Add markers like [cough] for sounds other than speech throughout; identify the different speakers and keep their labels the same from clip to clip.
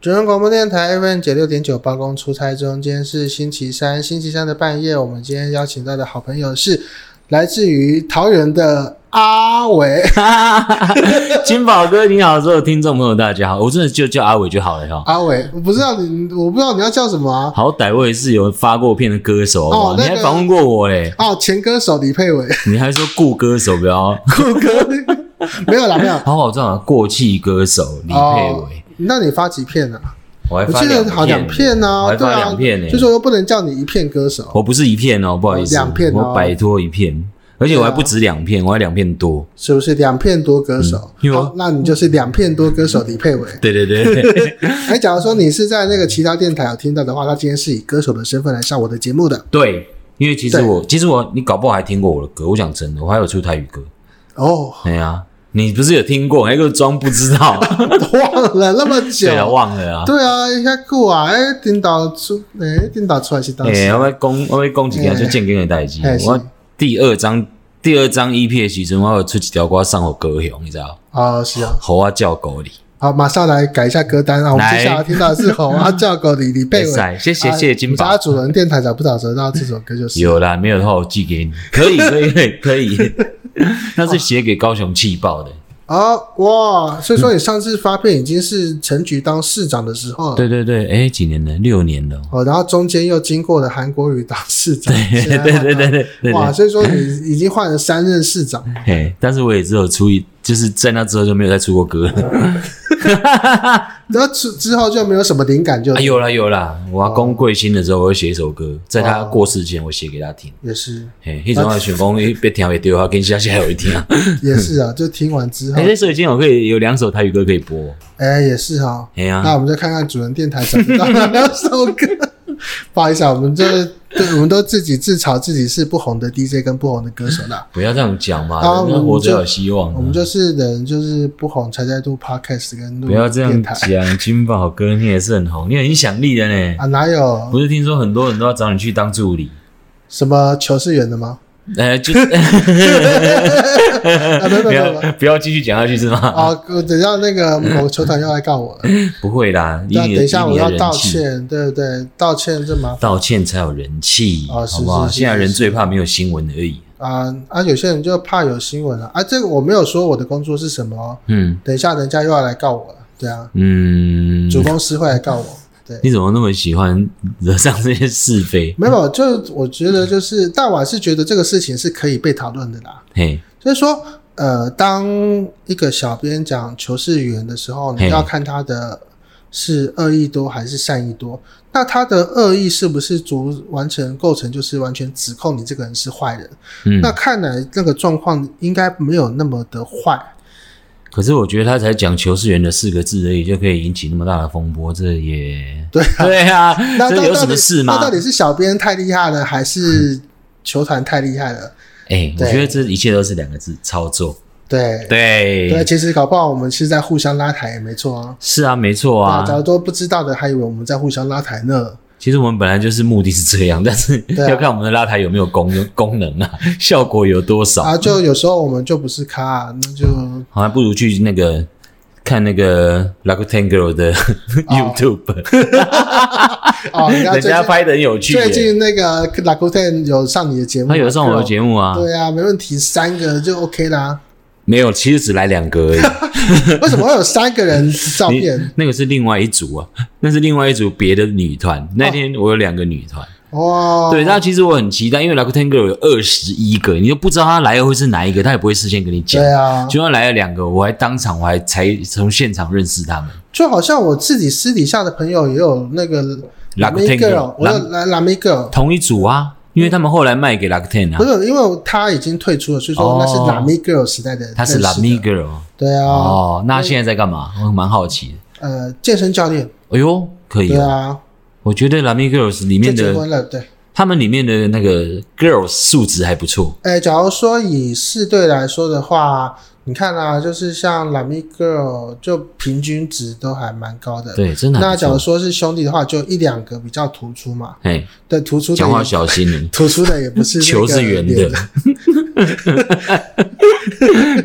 Speaker 1: 主人广播电台 FM 九六点九八公出差中，今天是星期三，星期三的半夜，我们今天邀请到的好朋友是来自于桃园的阿
Speaker 2: [laughs]
Speaker 1: 伟。
Speaker 2: 哈哈哈 [laughs] 金宝哥你好，所有听众朋友大家好，我真的就叫阿伟就好了哈。
Speaker 1: 阿伟，我不知道你，我不知道你要叫什么啊？
Speaker 2: 好歹我也是有发过片的歌手，好不好
Speaker 1: 哦那个
Speaker 2: 你还访问过我嘞，
Speaker 1: 哦，前歌手李佩伟， [laughs]
Speaker 2: 你还说故歌手不要，
Speaker 1: 酷哥，没有啦，没有。
Speaker 2: 好好唱啊，过气歌手李佩
Speaker 1: 哦
Speaker 2: 伟，，
Speaker 1: 那你发几片啊？
Speaker 2: 我还
Speaker 1: 我
Speaker 2: 发
Speaker 1: 记得好两片
Speaker 2: 呢，
Speaker 1: 啊，
Speaker 2: 我还
Speaker 1: 对
Speaker 2: 发
Speaker 1: 啊
Speaker 2: 两，片呢，
Speaker 1: 就是我又不能叫你一片歌手，
Speaker 2: 我不是一片哦，不好意思，
Speaker 1: 两片哦啊
Speaker 2: 我摆脱一片，而且我还不止两片，我还两片多，
Speaker 1: 是不是两片多歌手？
Speaker 2: 有啊
Speaker 1: 好，那你就是两片多歌手李佩伟。
Speaker 2: 对对对
Speaker 1: 哎，假如说你是在那个其他电台有听到的话，他今天是以歌手的身份来上我的节目的
Speaker 2: [laughs] 对，因为其实
Speaker 1: 对
Speaker 2: 我其实我你搞不好还听过我的歌，我讲真的，我还有出台语歌，
Speaker 1: 哦，
Speaker 2: 对啊，你不是有听过，还给我装不知
Speaker 1: [laughs]
Speaker 2: 道。
Speaker 1: 忘了那么久
Speaker 2: 对，啊，忘了啊。
Speaker 1: 对啊，一下酷啊，哎，颠倒出，哎，颠倒出来是当
Speaker 2: 哎、
Speaker 1: 时，
Speaker 2: 我要讲，我要讲一件就正经的代志
Speaker 1: 嘿。是
Speaker 2: 我第二张第二张 EP 的时阵，我有出一条歌送互高雄，你知道？
Speaker 1: 哦，是啊，
Speaker 2: 互我叫狗哩。
Speaker 1: 好，马上来改一下歌单啊，我们
Speaker 2: 来
Speaker 1: 接下来听到的是红啊叫狗李李
Speaker 2: 比
Speaker 1: 佩伟。
Speaker 2: 赛，谢谢谢谢金
Speaker 1: 啊
Speaker 2: 宝
Speaker 1: 家。主人电台找不找得到这首歌就是。
Speaker 2: 有啦，没有的话我寄给你，
Speaker 1: [laughs]
Speaker 2: 可以可以可以可以。那是写给高雄气爆的，
Speaker 1: 哦，哇！所以说你上次发片已经是陈菊当市长的时候了，
Speaker 2: 对对对，哎、几年了？六年了。
Speaker 1: 哦，然后中间又经过了韩国瑜当市长，
Speaker 2: 对
Speaker 1: 现在
Speaker 2: 对
Speaker 1: 换
Speaker 2: 对
Speaker 1: 他
Speaker 2: 对对对对。
Speaker 1: 啊
Speaker 2: 嗯
Speaker 1: 哇！所以说你已经换了三任市长，
Speaker 2: 嘿，但是我也只有出一，就是在那之后就没有再出过歌
Speaker 1: 哦
Speaker 2: 了。
Speaker 1: 然后之之后就没有什么灵感就，
Speaker 2: 啊，有啦有啦，我阿公贵姓的时候，我会写一首歌，在他
Speaker 1: 哦
Speaker 2: 过世前，我写给他听。
Speaker 1: 也是
Speaker 2: 嘿，迄种啊想讲，伊别听袂对啊，跟下下有一听。
Speaker 1: 也是啊，就听完之后
Speaker 2: [laughs] 哎，，那时候已经有可以有两首台语歌可以播。
Speaker 1: 哎，也是哈。
Speaker 2: 哎呀
Speaker 1: 那，我们再看看主人电台找得到 [laughs] 哪首歌。不好意思啊，我们这对我们都自己自嘲自己是不红的 DJ 跟不红的歌手啦。
Speaker 2: 不要这样讲嘛，
Speaker 1: 啊
Speaker 2: 人家
Speaker 1: 我
Speaker 2: 活
Speaker 1: 们就
Speaker 2: 着有希望啊
Speaker 1: 我。们就是人，就是不红才在录 podcast 跟录
Speaker 2: 不要这
Speaker 1: 电
Speaker 2: 样
Speaker 1: 台
Speaker 2: 讲，金宝哥，你也是很红，你很影响力的呢。
Speaker 1: 啊，哪有
Speaker 2: 不是听说很多人都要找你去当助理？
Speaker 1: 什么求是缘的
Speaker 2: [laughs]
Speaker 1: 吗？
Speaker 2: 呃，
Speaker 1: [laughs]
Speaker 2: 就是
Speaker 1: 啊，没有
Speaker 2: 不
Speaker 1: 没有没有
Speaker 2: 要不要继续讲下去是吗？
Speaker 1: 啊，我等一下那个某球团又来告我了，
Speaker 2: 不会啦，以
Speaker 1: 那
Speaker 2: 你的
Speaker 1: 等一下
Speaker 2: 以
Speaker 1: 我
Speaker 2: 你的
Speaker 1: 要
Speaker 2: 人
Speaker 1: 道
Speaker 2: 气，
Speaker 1: 歉，对不对？道歉这麻烦
Speaker 2: 道歉才有人气，
Speaker 1: 啊是
Speaker 2: 好不好？
Speaker 1: 是是
Speaker 2: 现在人
Speaker 1: 是
Speaker 2: 最怕没有新闻而已。
Speaker 1: 啊啊，有些人就怕有新闻了啊，这个我没有说我的工作是什么哦，
Speaker 2: 嗯
Speaker 1: 等一下人家又要来告我了，对啊，
Speaker 2: 嗯，
Speaker 1: 主公司会来告我，对。
Speaker 2: 你怎么那么喜欢惹上这些是非？
Speaker 1: 没有，就我觉得就是，但我还是觉得这个事情是可以被讨论的啦。
Speaker 2: 嘿，
Speaker 1: 就是说，呃，当一个小编讲求是语言的时候，你
Speaker 2: 嘿
Speaker 1: 要看他的是恶意多还是善意多。那他的恶意是不是足完成构成，就是完全指控你这个人是坏人？
Speaker 2: 嗯，
Speaker 1: 那看来那个状况应该没有那么的坏。
Speaker 2: 可是我觉得他才讲求是缘的四个字而已，就可以引起那么大的风波，这也
Speaker 1: [laughs] 对
Speaker 2: 啊， [laughs] 对啊，
Speaker 1: 那
Speaker 2: 这
Speaker 1: 那
Speaker 2: 有
Speaker 1: 到
Speaker 2: 什
Speaker 1: 底
Speaker 2: 么事
Speaker 1: 那
Speaker 2: 吗
Speaker 1: 到？底是小编太厉害了，还是球团太厉害了？
Speaker 2: 哎、我
Speaker 1: 对
Speaker 2: 觉得这一切都是两个字操作。
Speaker 1: 对
Speaker 2: 对，
Speaker 1: 对，其实搞不好我们是在互相拉抬，也没错啊。
Speaker 2: 是啊，没错
Speaker 1: 啊，
Speaker 2: 啊
Speaker 1: 假。如都不知道的，还以为我们在互相拉抬呢。
Speaker 2: 其实我们本来就是目的是这样，但是、
Speaker 1: 啊
Speaker 2: 要看我们的拉台有没有功能功能
Speaker 1: [laughs]
Speaker 2: 啊，效果有多少，
Speaker 1: 啊，就有时候我们就不是咖、那就
Speaker 2: 好像不如去那个看那个 l a k u t a n g r o 的 [laughs] YouTube，、 [laughs]
Speaker 1: 哦，人家
Speaker 2: 人
Speaker 1: 啊最
Speaker 2: 家
Speaker 1: 近
Speaker 2: 拍的很有趣耶、
Speaker 1: 最近那个 l a k u t e n 有上你的节目吗，
Speaker 2: 他有上我的节目啊，
Speaker 1: 对啊，没问题，三个就 OK 啦。
Speaker 2: 没有，其实只来两个而已。
Speaker 1: 为什么会有三个人照
Speaker 2: [laughs] 你
Speaker 1: 片？
Speaker 2: 那个是另外一组啊， [laughs] 那是另外一组别的女
Speaker 1: 哦
Speaker 2: 团。那天我有两个女团，
Speaker 1: 哇，
Speaker 2: 对，那其实我很期待，因为 Rakuten Girl 有二十一个，你都不知道她来的会是哪一个，她也不会事先跟你讲
Speaker 1: 对。啊，
Speaker 2: 就算来了两个，我还当场我还才从现场认识他们。
Speaker 1: 就好像我自己私底下的朋友也有那个 Lamy
Speaker 2: Rakuten Girl，
Speaker 1: 我有来 Lamy Girl，
Speaker 2: 同一组啊，因为他们后来卖给 Rakuten
Speaker 1: 不
Speaker 2: 啊，
Speaker 1: 是因为他已经退出了，所以说那是
Speaker 2: 哦
Speaker 1: Lamy Girl 时代的，
Speaker 2: 她是
Speaker 1: 认识的
Speaker 2: Lamy Girl
Speaker 1: 对啊，
Speaker 2: 哦。那她现在在干嘛？我蛮好奇的。
Speaker 1: 呃，健身教练，
Speaker 2: 哎呦，可以
Speaker 1: 对
Speaker 2: 哦！
Speaker 1: 啊，
Speaker 2: 我觉得 Lamy Girls 里
Speaker 1: 就
Speaker 2: 面
Speaker 1: 结
Speaker 2: 的
Speaker 1: 婚了，对。
Speaker 2: 他们里面的那个 Girls 素质还不错。
Speaker 1: 哎，假如说以四队来说的话，你看啊，就是像 Lamy Girl 就平均值都还蛮高的。
Speaker 2: 对，真的还
Speaker 1: 那
Speaker 2: 不
Speaker 1: 假如
Speaker 2: 错。
Speaker 1: 说是兄弟的话，就一两个比较突出嘛。
Speaker 2: 哎，
Speaker 1: 对，突出的
Speaker 2: 讲话
Speaker 1: 也
Speaker 2: 小心你。 [laughs]
Speaker 1: 突出的也不是那个
Speaker 2: 球是圆的
Speaker 1: 脸，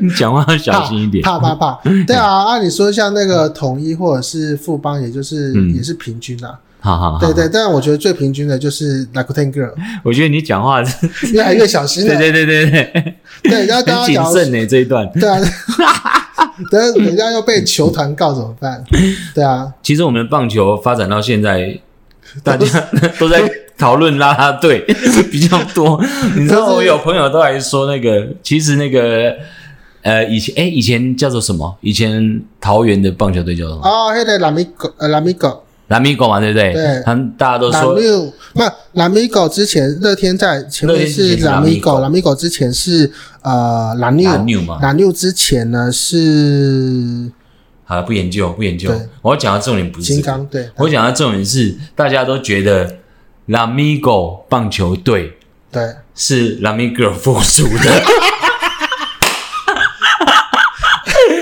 Speaker 2: 你讲话要小心一点。
Speaker 1: 怕怕怕
Speaker 2: [laughs]
Speaker 1: 怕。对啊，按理说像那个统一或者是富邦，也就是、
Speaker 2: 嗯
Speaker 1: 也是平均啊。
Speaker 2: 好好好，
Speaker 1: 对对，但我觉得最平均的就是 Lakuten
Speaker 2: [laughs]
Speaker 1: Girl，
Speaker 2: 我觉得你讲话是，
Speaker 1: 越来越小心
Speaker 2: 对
Speaker 1: 了。
Speaker 2: 对对对对，
Speaker 1: 对，然后
Speaker 2: 很
Speaker 1: 大家
Speaker 2: 谨
Speaker 1: 讲
Speaker 2: 慎呢这一段。
Speaker 1: 对
Speaker 2: [laughs]
Speaker 1: 啊， [laughs] 等下人家要被球团告怎么办？对啊，
Speaker 2: 其实我们棒球发展到
Speaker 1: [laughs]
Speaker 2: 现在，大家都在讨论啦啦队 [laughs] 比较多。你知道，
Speaker 1: 都是
Speaker 2: 我有朋友都来说那个，其实那个呃，以前哎、以前叫做什么？以前桃园的棒球队叫做什么？
Speaker 1: 哦，那个 Lamigo，呃，Lamigo，
Speaker 2: 拉米狗嘛，对不对？
Speaker 1: 对
Speaker 2: 他们大家都
Speaker 1: 拉
Speaker 2: 说
Speaker 1: 米欧，不，Lamigo 之前乐天在前面
Speaker 2: 乐
Speaker 1: 是
Speaker 2: 天之前是
Speaker 1: Lamigo，Lamigo 之前是呃拉纽，
Speaker 2: 拉纽嘛，
Speaker 1: 拉纽之前呢是
Speaker 2: 好，不研究，不研究
Speaker 1: 对。
Speaker 2: 我要讲的重点不是、
Speaker 1: 金
Speaker 2: 这个，
Speaker 1: 刚，对
Speaker 2: 我讲的重点是大家都觉得拉米狗棒球队
Speaker 1: 对，
Speaker 2: 是 l a m i g i r 附属的。 [laughs]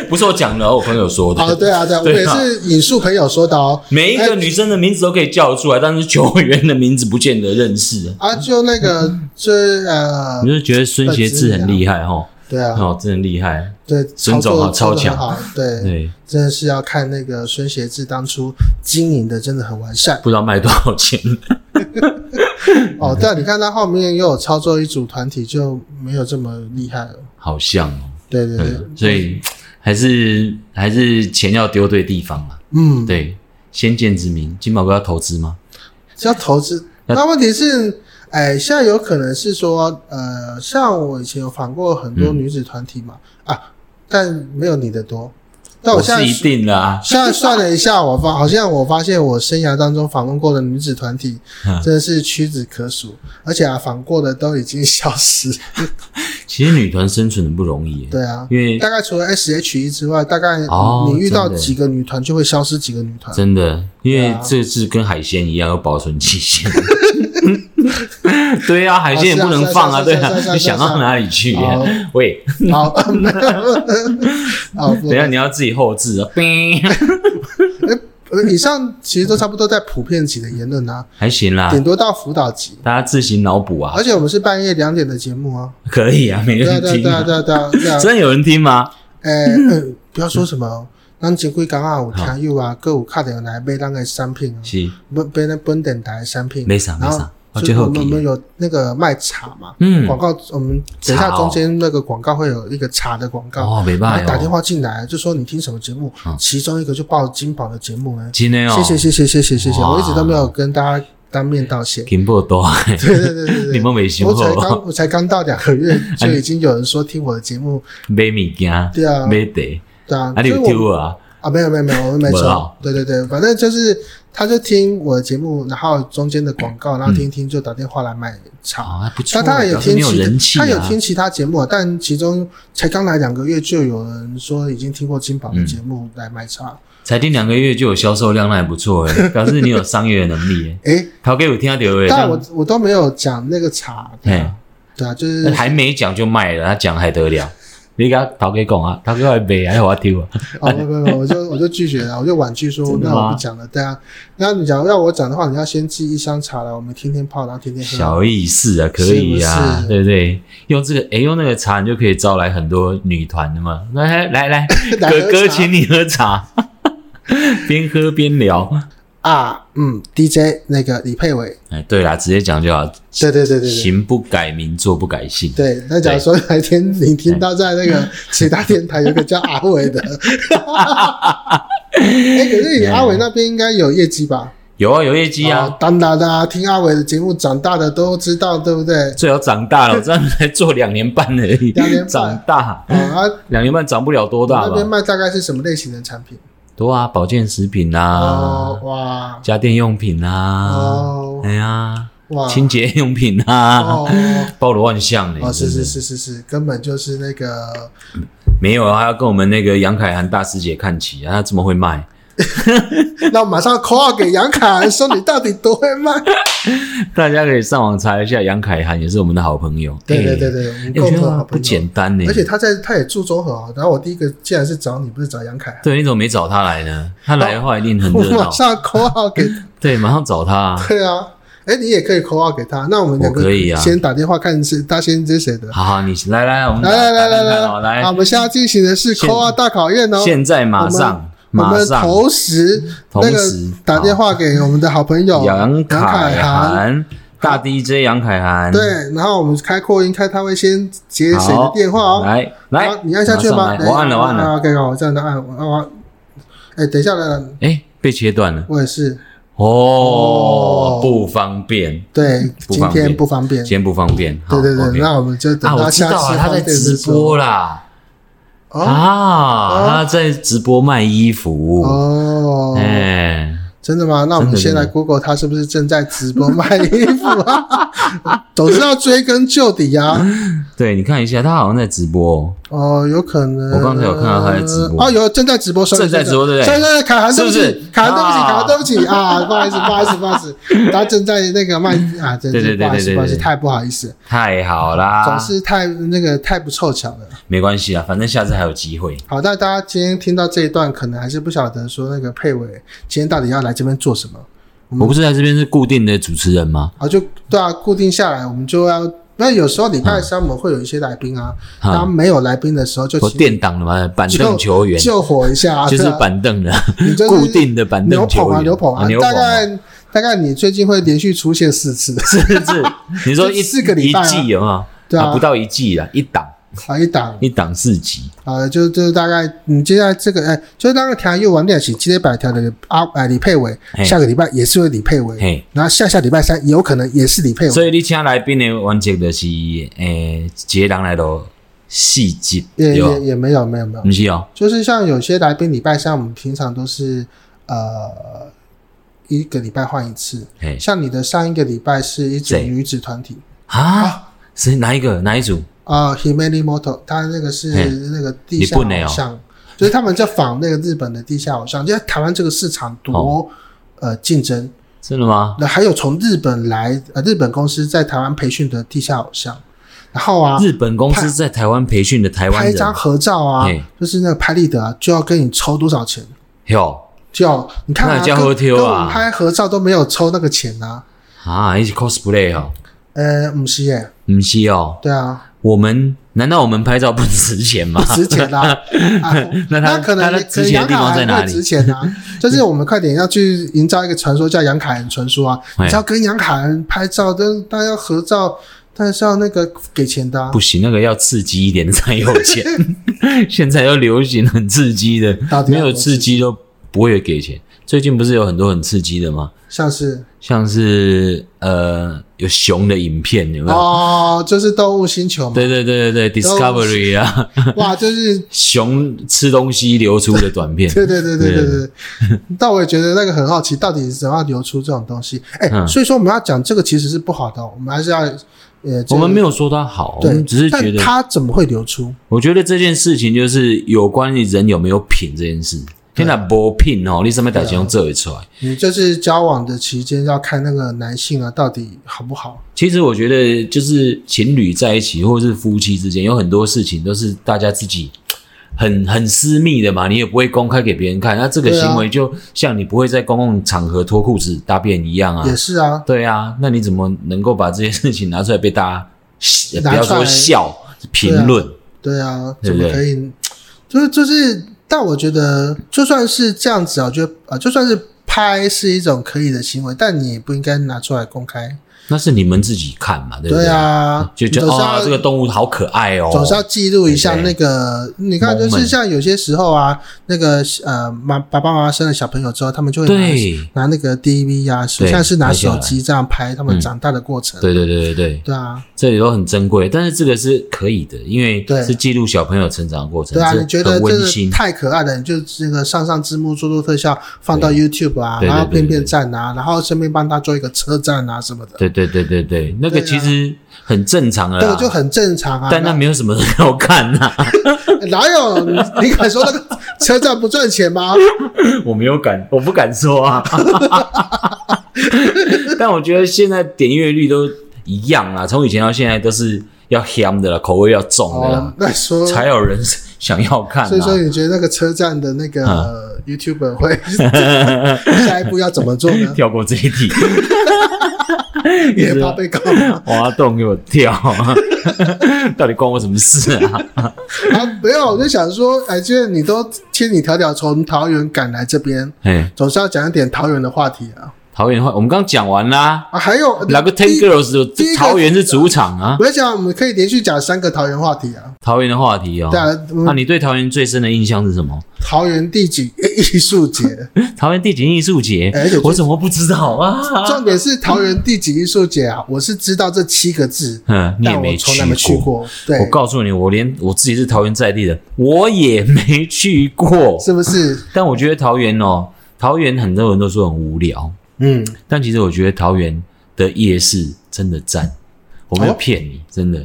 Speaker 2: 不是我讲的，我朋友说的。
Speaker 1: 哦，对啊，对啊，我也
Speaker 2: 对啊嗯
Speaker 1: 是引述朋友说的哦。
Speaker 2: 每一
Speaker 1: 哎
Speaker 2: 个女生的名字都可以叫出来，但是球员的名字不见得认识。
Speaker 1: 啊，就那个，就是呃
Speaker 2: 你，就觉得孙协志很厉害哦，
Speaker 1: 对啊，
Speaker 2: 哦，真的厉害。
Speaker 1: 对，操
Speaker 2: 孙总
Speaker 1: 作
Speaker 2: 啊超
Speaker 1: 操得很
Speaker 2: 强
Speaker 1: 好，对，
Speaker 2: 对，
Speaker 1: 真的是要看那个孙协志当初经营的真的很完善
Speaker 2: 不知道卖多少钱。嗯
Speaker 1: 哦。但你看他后面又有操作一组团体，就没有这么厉害了。
Speaker 2: 好像哦，
Speaker 1: 对对对，
Speaker 2: 嗯，所以还是还是钱要丢对地方啊。
Speaker 1: 嗯，
Speaker 2: 对，先见之明，金宝哥要投资吗？
Speaker 1: 要投资。
Speaker 2: 那
Speaker 1: 那问题是，哎，现在有可能是说，呃，像我以前有访过很
Speaker 2: 嗯
Speaker 1: 多女子团体嘛，啊，但没有你的多。但我现在
Speaker 2: 是一定的啊。
Speaker 1: 现在算了一下，我发好像我发现我生涯当中访问过的女子团体
Speaker 2: 嗯
Speaker 1: 真的是屈指可数，而且啊，访过的都已经消
Speaker 2: [laughs]
Speaker 1: 失。
Speaker 2: 其实女团生存很不容易耶，
Speaker 1: 对啊，
Speaker 2: 因为
Speaker 1: 大概除了 S.H.E 之外，大概
Speaker 2: 哦
Speaker 1: 你遇到
Speaker 2: 真的
Speaker 1: 几个女团就会消失几个女团。
Speaker 2: 真的，因
Speaker 1: 啊对
Speaker 2: 为
Speaker 1: 啊
Speaker 2: 这是跟海鲜一样有保存期限。 [laughs] 对啊，海鲜也不能放啊，
Speaker 1: 是
Speaker 2: 对
Speaker 1: 啊是啊
Speaker 2: 啊
Speaker 1: 是啊是啊是啊，哦
Speaker 2: 你想到哪里去啊？喂， [laughs]
Speaker 1: 好，好，没有好，不
Speaker 2: 等一下你要自己后置啊。叮
Speaker 1: 呃以上其实都差不多在普遍级的言论啊，
Speaker 2: 还行啦
Speaker 1: 顶，多到辅导级。
Speaker 2: 大家自行脑补啊
Speaker 1: 而，且我们是半夜两点的节目
Speaker 2: [laughs]
Speaker 1: 啊，
Speaker 2: 可以啊，没
Speaker 1: 哎对啊
Speaker 2: 人
Speaker 1: 对啊
Speaker 2: 听
Speaker 1: 对啊
Speaker 2: 啊。
Speaker 1: 对啊对啊对啊，
Speaker 2: 真的有人听吗？
Speaker 1: 诶、
Speaker 2: 嗯
Speaker 1: 呃不要说什么，咱前几工啊有听友啊，各有打电话来买咱的产品啊，
Speaker 2: 是，
Speaker 1: 买买咱本电台的产品。
Speaker 2: 没啥没
Speaker 1: 然后
Speaker 2: 啥，我
Speaker 1: 就是
Speaker 2: 最
Speaker 1: 我
Speaker 2: 后
Speaker 1: 们我
Speaker 2: 给
Speaker 1: 们有那个卖茶嘛，
Speaker 2: 嗯
Speaker 1: 广告我们等一下
Speaker 2: 茶哦
Speaker 1: 中间那个广告会有一个茶的广告，
Speaker 2: 哦，没
Speaker 1: 然
Speaker 2: 办
Speaker 1: 后
Speaker 2: 法
Speaker 1: 打电
Speaker 2: 哦，
Speaker 1: 话进来就说你听什么节目，
Speaker 2: 嗯
Speaker 1: 其中一个就报金宝的节目呢。
Speaker 2: 今天哦
Speaker 1: 谢，谢谢谢谢谢谢谢，
Speaker 2: 哇
Speaker 1: 我一直都没有跟大家当面道谢。
Speaker 2: 金宝多，
Speaker 1: 对对对对
Speaker 2: [laughs] 你
Speaker 1: 对。
Speaker 2: 们没修
Speaker 1: 我才
Speaker 2: 好，
Speaker 1: 刚我才刚到两个
Speaker 2: [laughs]
Speaker 1: 月，
Speaker 2: 哎
Speaker 1: 就已经有人说听我的节目，
Speaker 2: 买物件，
Speaker 1: 对啊，
Speaker 2: 买得，
Speaker 1: 对啊，
Speaker 2: 啊，
Speaker 1: 所以
Speaker 2: 你有
Speaker 1: 我
Speaker 2: 丢啊？
Speaker 1: 啊，没有没有没有，我们没
Speaker 2: 没有
Speaker 1: 抽。对对对，反正就是他就听我的节目，然后中间的广告，然后听一听就打电话来买茶。
Speaker 2: 嗯啊，还不错，
Speaker 1: 但他也有
Speaker 2: 表示
Speaker 1: 听
Speaker 2: 你有人气
Speaker 1: 其
Speaker 2: 啊，
Speaker 1: 他有听其他节目啊，但其中才刚来两个月就有人说已经听过金宝
Speaker 2: 嗯
Speaker 1: 的节目来买茶。
Speaker 2: 才听两个月就有销售量，那还不错
Speaker 1: [laughs]
Speaker 2: 哎，表示你有商业的能力哎。
Speaker 1: 诶，
Speaker 2: 陶哥有听到对不
Speaker 1: 但我
Speaker 2: 对？
Speaker 1: 我都没有讲那个茶，对啊对啊，就是
Speaker 2: 但还没讲就卖了，他讲还得了？你跟陶哥讲啊，陶哥还没，还有我丢啊。
Speaker 1: 哦不不不，我就我就拒绝了，我就婉拒说
Speaker 2: 真的
Speaker 1: 那
Speaker 2: 吗
Speaker 1: 我不讲了。对啊，那你讲要我讲的话，你要先寄一箱茶来，我们天天泡，然后天天喝。 [laughs]
Speaker 2: 小意思啊，可以
Speaker 1: 是不
Speaker 2: 啊，
Speaker 1: 是
Speaker 2: 对不对？用这个，哎，用那个茶，你就可以招来很多女团的嘛。来来来，
Speaker 1: [laughs] 来喝
Speaker 2: 哥
Speaker 1: 茶啊
Speaker 2: 哥，请你喝茶， [laughs] 边喝边聊。
Speaker 1: 啊，嗯，DJ 那个李佩伟，
Speaker 2: 哎，对啦，直接讲就好。
Speaker 1: 对对对对对。
Speaker 2: 行不改名，坐不改姓。
Speaker 1: 对，那假如说哪一天
Speaker 2: 哎
Speaker 1: 你听到在那个其他电台有一个叫阿伟
Speaker 2: [laughs]
Speaker 1: 的，哎、可是你阿伟那边应该有业绩吧？
Speaker 2: 有啊，有业绩啊，
Speaker 1: 哦当然啦、听阿伟的节目长大的都知道，对不对？
Speaker 2: 最好长
Speaker 1: [laughs]
Speaker 2: 大了，我这样才做两年半而已。
Speaker 1: 两年半
Speaker 2: 长大，
Speaker 1: 哦啊，
Speaker 2: 两年半长不了多大
Speaker 1: 那边
Speaker 2: 吧？
Speaker 1: 卖大概是什么类型的产品？
Speaker 2: 多啊，保健食品啊
Speaker 1: 哦，，哇，
Speaker 2: 家电用品啊，
Speaker 1: 哦，
Speaker 2: 哎呀，
Speaker 1: 哇，
Speaker 2: 清洁用品啊
Speaker 1: 哦，，
Speaker 2: 包罗万象呢。
Speaker 1: 哦，是
Speaker 2: 真
Speaker 1: 是
Speaker 2: 的
Speaker 1: 是是是，根本就是那个
Speaker 2: 没有啊，还要跟我们那个杨凯涵大师姐看齐啊，她这么
Speaker 1: [laughs]
Speaker 2: 会卖，
Speaker 1: 那我马上 call 给杨凯安说你到底多会卖？
Speaker 2: 大家可以上网查一下，杨凯涵也是我们的好朋友。
Speaker 1: 对对
Speaker 2: 哎
Speaker 1: 对，对，我们
Speaker 2: 哎我
Speaker 1: 共
Speaker 2: 觉
Speaker 1: 同好
Speaker 2: 得
Speaker 1: 朋
Speaker 2: 不
Speaker 1: 友。
Speaker 2: 简单呢。
Speaker 1: 而且他在他也住中和哦，然后我第一个既然是找你，不是找杨
Speaker 2: [laughs]
Speaker 1: 凯，啊
Speaker 2: 对，你怎么没找他来呢？他来的话一定很
Speaker 1: 哦 [laughs] 我
Speaker 2: 热
Speaker 1: 马
Speaker 2: 闹。
Speaker 1: 上 call 号给他
Speaker 2: 对，马上找他啊。
Speaker 1: 对啊， [laughs] 哎，你也可以 call out 给他。那我们两个
Speaker 2: 我可以啊
Speaker 1: 先打电话看是他先接谁的。
Speaker 2: 好好，你来来，我们打
Speaker 1: 来来来来
Speaker 2: 打看看
Speaker 1: 来
Speaker 2: 哦
Speaker 1: 好，我
Speaker 2: 来，
Speaker 1: 们现在进行的是
Speaker 2: 现
Speaker 1: call out 大考验哦。
Speaker 2: 现在马上
Speaker 1: 我
Speaker 2: 马
Speaker 1: 们
Speaker 2: 上，
Speaker 1: 同时
Speaker 2: 同
Speaker 1: 那个
Speaker 2: 时
Speaker 1: 打电话给我们的好朋友
Speaker 2: 杨
Speaker 1: 凯
Speaker 2: 凯
Speaker 1: 涵，
Speaker 2: 涵大 DJ 杨凯涵，
Speaker 1: 对，然后我们开扩音开，他会先接谁的
Speaker 2: 好
Speaker 1: 电话哦。
Speaker 2: 来来
Speaker 1: 好，你按下去吗
Speaker 2: 哎马？上来我按了，我按了，
Speaker 1: OK，好，我这样的按，我按我。哎，等一下，来来，
Speaker 2: 哎，被切断了，
Speaker 1: 我也是。哦
Speaker 2: 哦，不方便，
Speaker 1: 对，
Speaker 2: 嗯不
Speaker 1: 今
Speaker 2: 方便
Speaker 1: 天不方便。
Speaker 2: 今天不方便，好
Speaker 1: 对对对
Speaker 2: OK
Speaker 1: 那我们就等
Speaker 2: 啊，
Speaker 1: 到
Speaker 2: 我知
Speaker 1: 下
Speaker 2: 道
Speaker 1: 次
Speaker 2: 了，他在直播啦，
Speaker 1: 哦
Speaker 2: 啊，他在直播卖衣服，
Speaker 1: 哦，
Speaker 2: 哎，
Speaker 1: 真的吗？那我们
Speaker 2: 真的
Speaker 1: 先来
Speaker 2: 真的
Speaker 1: Google 他是不是正在直播卖衣服啊？ [laughs] 总是要追根究底啊。
Speaker 2: 对，你看一下，他好像在直播哦，
Speaker 1: 哦，有可能。
Speaker 2: 我刚才有看到他在直播
Speaker 1: 哦，有正在直播，sorry，
Speaker 2: 正在直播对不对
Speaker 1: 正在凯涵，对不
Speaker 2: 是不
Speaker 1: 起
Speaker 2: 是，
Speaker 1: 凯涵，对不起，
Speaker 2: 啊
Speaker 1: 凯涵，对不起啊，不好意思，不好意思，不好意思，他正在那个卖
Speaker 2: [laughs]
Speaker 1: 啊，真
Speaker 2: 对
Speaker 1: 是
Speaker 2: 对对
Speaker 1: 不好意思，
Speaker 2: 对对对
Speaker 1: 不好意思，
Speaker 2: 对啊
Speaker 1: 太不好意思，
Speaker 2: 太好啦
Speaker 1: 总，是太那个太不凑巧了。
Speaker 2: 没关系啊，反正下次还有机会。
Speaker 1: 好，那大家今天听到这一段，可能还是不晓得说那个佩伟今天到底要来这边做什么。
Speaker 2: 我不是在这边是固定的主持人吗？
Speaker 1: 啊，就对啊，固定下来我们就要。那有时候礼拜三我们会有一些来宾啊，当
Speaker 2: 哈，
Speaker 1: 没有来宾的时候就
Speaker 2: 我
Speaker 1: 请
Speaker 2: 垫档的嘛，板凳球员
Speaker 1: 救火一下啊，
Speaker 2: 就是
Speaker 1: 对啊
Speaker 2: 板凳的，
Speaker 1: 你 [laughs] 就是
Speaker 2: 固定的板
Speaker 1: 牛
Speaker 2: 凳
Speaker 1: 捧
Speaker 2: 球
Speaker 1: 啊
Speaker 2: 员，
Speaker 1: 牛捧啊
Speaker 2: 牛，
Speaker 1: 大
Speaker 2: 捧
Speaker 1: 概大概你最近会连续出现四次，
Speaker 2: 是
Speaker 1: [laughs]
Speaker 2: 是，你说一
Speaker 1: 就四个礼拜啊
Speaker 2: 一季有没有？
Speaker 1: 对啊
Speaker 2: 不到一季啦，一档
Speaker 1: 好一档
Speaker 2: 一档四集，
Speaker 1: 啊，就就大概你接下来这个哎，就是那个调又晚点请今天百条的啊哎李佩伟，
Speaker 2: 嘿
Speaker 1: 下个礼拜也是会李佩伟，
Speaker 2: 嘿。
Speaker 1: 然后下下礼拜三有可能也是李佩伟，
Speaker 2: 所以你请来宾的原则就是诶，一个人来到细节，
Speaker 1: 也
Speaker 2: 对吧
Speaker 1: 也？也没有没有没有，
Speaker 2: 不是哦，
Speaker 1: 就是像有些来宾礼拜三我们平常都是呃一个礼拜换一次，
Speaker 2: 嘿
Speaker 1: 像你的上一个礼拜是一组
Speaker 2: 谁
Speaker 1: 女子团体
Speaker 2: 啊，是哪一个哪一组？
Speaker 1: 啊、h i m a n i Moto，它那个是
Speaker 2: 嘿
Speaker 1: 那个地下
Speaker 2: 日本的
Speaker 1: 偶
Speaker 2: 哦
Speaker 1: 像，就是他们在仿那个日本的地下偶像。就在台湾这个市场多、
Speaker 2: 哦
Speaker 1: 呃竞争，
Speaker 2: 真的吗？
Speaker 1: 那还有从日本来呃日本公司在台湾培训的地下偶像，然后啊
Speaker 2: 日本公司在台湾培训的台湾
Speaker 1: 拍一
Speaker 2: 人，
Speaker 1: 张合照啊
Speaker 2: 嘿，
Speaker 1: 就是那个拍立得啊，就要跟你抽多少钱。
Speaker 2: 哟
Speaker 1: 就要你看啊，
Speaker 2: 那家
Speaker 1: 跟
Speaker 2: 伙丢啊
Speaker 1: 跟我们拍合照都没有抽那个钱啊。
Speaker 2: 啊，一起 cosplay 哦，
Speaker 1: 呃，不是耶，
Speaker 2: 不是哦，
Speaker 1: 对啊，
Speaker 2: 我们难道我们拍照不值钱吗？ [laughs]
Speaker 1: 值钱啊。啊
Speaker 2: 那他
Speaker 1: 可能
Speaker 2: 那他
Speaker 1: 可
Speaker 2: 值
Speaker 1: 能
Speaker 2: 钱
Speaker 1: 杨
Speaker 2: 的
Speaker 1: 凯
Speaker 2: 地方在
Speaker 1: 涵
Speaker 2: 哪
Speaker 1: 会
Speaker 2: 里
Speaker 1: 值钱
Speaker 2: [laughs]
Speaker 1: 啊，就是我们快点要去营造一个传说叫杨凯恩传说啊，
Speaker 2: 哎
Speaker 1: 你只要跟杨凯恩拍照，但大家要合照，但是要那个给钱的、啊
Speaker 2: 不，行，那个要刺激一点才有钱。 [laughs] 现在要流行很刺激的
Speaker 1: 到，底
Speaker 2: 没
Speaker 1: 要
Speaker 2: 有
Speaker 1: 多刺
Speaker 2: 刺激都不会给钱。最近不是有很多很刺激的吗？
Speaker 1: 像是
Speaker 2: 像是呃有熊的影片有没有？
Speaker 1: 哦，就是动物星球嘛，
Speaker 2: 对对对对对，Discovery 啊， [laughs]
Speaker 1: 哇，就是。
Speaker 2: 熊吃东西流出的短片
Speaker 1: 对对对对对
Speaker 2: 对
Speaker 1: 对。但我也觉得那个很好奇，到底是怎么样流出这种东西？哎、
Speaker 2: 嗯
Speaker 1: 所以说我们要讲这个其实是不好的哦，我们还是要呃，这个
Speaker 2: 我们没有说它好，我
Speaker 1: 对，
Speaker 2: 们只是觉
Speaker 1: 但
Speaker 2: 得，
Speaker 1: 它怎么会流出？
Speaker 2: 我觉得这件事情就是有关于人有没有品这件事。天哪，没品哦，你什么打形容这一出来？
Speaker 1: 你就是交往的期间要看那个男性啊，到底好不好？
Speaker 2: 其实我觉得，就是情侣在一起，或者是夫妻之间，有很多事情都是大家自己很很私密的嘛，你也不会公开给别人看。那这个
Speaker 1: 对啊
Speaker 2: 行为就像你不会在公共场合脱裤子大便一样啊。
Speaker 1: 也是啊，
Speaker 2: 对啊，那你怎么能够把这些事情拿出来被大家笑
Speaker 1: 拿
Speaker 2: 不要
Speaker 1: 出来啊
Speaker 2: 说笑评论？
Speaker 1: 对啊，
Speaker 2: 对
Speaker 1: 怎
Speaker 2: 不
Speaker 1: 么
Speaker 2: 对
Speaker 1: 可以？就是就是，但我觉得就算是这样子啊，我觉得啊，就算是拍是一种可以的行为，但你也不应该拿出来公开。
Speaker 2: 那是你们自己看嘛，对不
Speaker 1: 对啊，
Speaker 2: 就觉
Speaker 1: 你
Speaker 2: 得
Speaker 1: 总是
Speaker 2: 啊、
Speaker 1: 要
Speaker 2: 哦，这个动物好可爱哦。
Speaker 1: 总是要记录一下
Speaker 2: 对
Speaker 1: 那个，你看，就
Speaker 2: Moment
Speaker 1: 是像有些时候啊，那个呃，妈爸爸妈妈生了小朋友之后，他们就会拿
Speaker 2: 对
Speaker 1: 拿那个 DV 啊，
Speaker 2: 对
Speaker 1: 像是拿
Speaker 2: 拍下
Speaker 1: 手
Speaker 2: 来嗯
Speaker 1: 机这样拍他们长大的过程。
Speaker 2: 对对对对对，
Speaker 1: 对啊，
Speaker 2: 这里都很珍贵，但是这个是可以的，因为
Speaker 1: 对
Speaker 2: 是记录小朋友成长的过程，
Speaker 1: 对啊，
Speaker 2: 这
Speaker 1: 你觉得
Speaker 2: 很
Speaker 1: 真
Speaker 2: 温
Speaker 1: 的
Speaker 2: 馨。
Speaker 1: 太可爱了，你就那个上上字幕做做特效，放到 YouTube 啊，
Speaker 2: 对对
Speaker 1: 然后
Speaker 2: 对对
Speaker 1: 变
Speaker 2: 对
Speaker 1: 变站啊，然后顺便帮他做一个车站啊什么的，
Speaker 2: 对对对对对，那
Speaker 1: 对
Speaker 2: 个
Speaker 1: 啊
Speaker 2: 其实很正常的
Speaker 1: 这个
Speaker 2: 啦，
Speaker 1: 就很正常啊。哎
Speaker 2: 但那没有什么人要看啊呐、
Speaker 1: 哪有你你敢说那个车站不赚钱
Speaker 2: [laughs]
Speaker 1: 吗？
Speaker 2: [laughs] 啊我没有敢，我不敢说啊。 [laughs] 但我觉得现在点阅率都一样啦，从以前到现在都是要香的啦，口味要重的
Speaker 1: 哦
Speaker 2: 啦，，
Speaker 1: 那说
Speaker 2: 才有人想要看啊
Speaker 1: 所以说，
Speaker 2: 啦。
Speaker 1: 你觉得那个车站的那个、[laughs]
Speaker 2: 嗯 [laughs]
Speaker 1: 呃 YouTuber 会下一步要怎么做呢？
Speaker 2: 跳过这一题，
Speaker 1: [laughs] 也怕被告吗？
Speaker 2: 挖洞给我跳， [laughs] 到底关我什么事啊？
Speaker 1: 啊，没有，我就想说，哎，既然你都千里迢迢从桃园赶来这边，
Speaker 2: 哎，
Speaker 1: 总是要讲一点桃园的话题啊。
Speaker 2: 桃园话我们刚讲完啦，
Speaker 1: 啊，还有
Speaker 2: 哪个 Ten
Speaker 1: 第
Speaker 2: Girls
Speaker 1: 第一个
Speaker 2: 桃园是主场啊？
Speaker 1: 我在想，我们可以连续讲三个桃园话题啊。
Speaker 2: 桃园的话题哦
Speaker 1: 对，啊，
Speaker 2: 那
Speaker 1: 嗯、
Speaker 2: 你对桃园最深的印象是什么？ [laughs]
Speaker 1: 桃园第几 [laughs] 艺术节？
Speaker 2: 桃园第几艺术节
Speaker 1: 哎而且？
Speaker 2: 我怎么不知道啊？
Speaker 1: 重
Speaker 2: [laughs]
Speaker 1: 点是桃园第几艺术节啊？我是知道这七个字，
Speaker 2: 嗯，你也
Speaker 1: 但我
Speaker 2: 没
Speaker 1: 从来没去过。对
Speaker 2: 我，告诉你，我连我自己是桃园在地的，我也没去过。
Speaker 1: 是不是？
Speaker 2: 但我觉得桃园哦，桃园很多人都说很无聊，
Speaker 1: 嗯，
Speaker 2: 但其实我觉得桃园的夜市真的赞，我没有
Speaker 1: 哦
Speaker 2: 骗你，真的。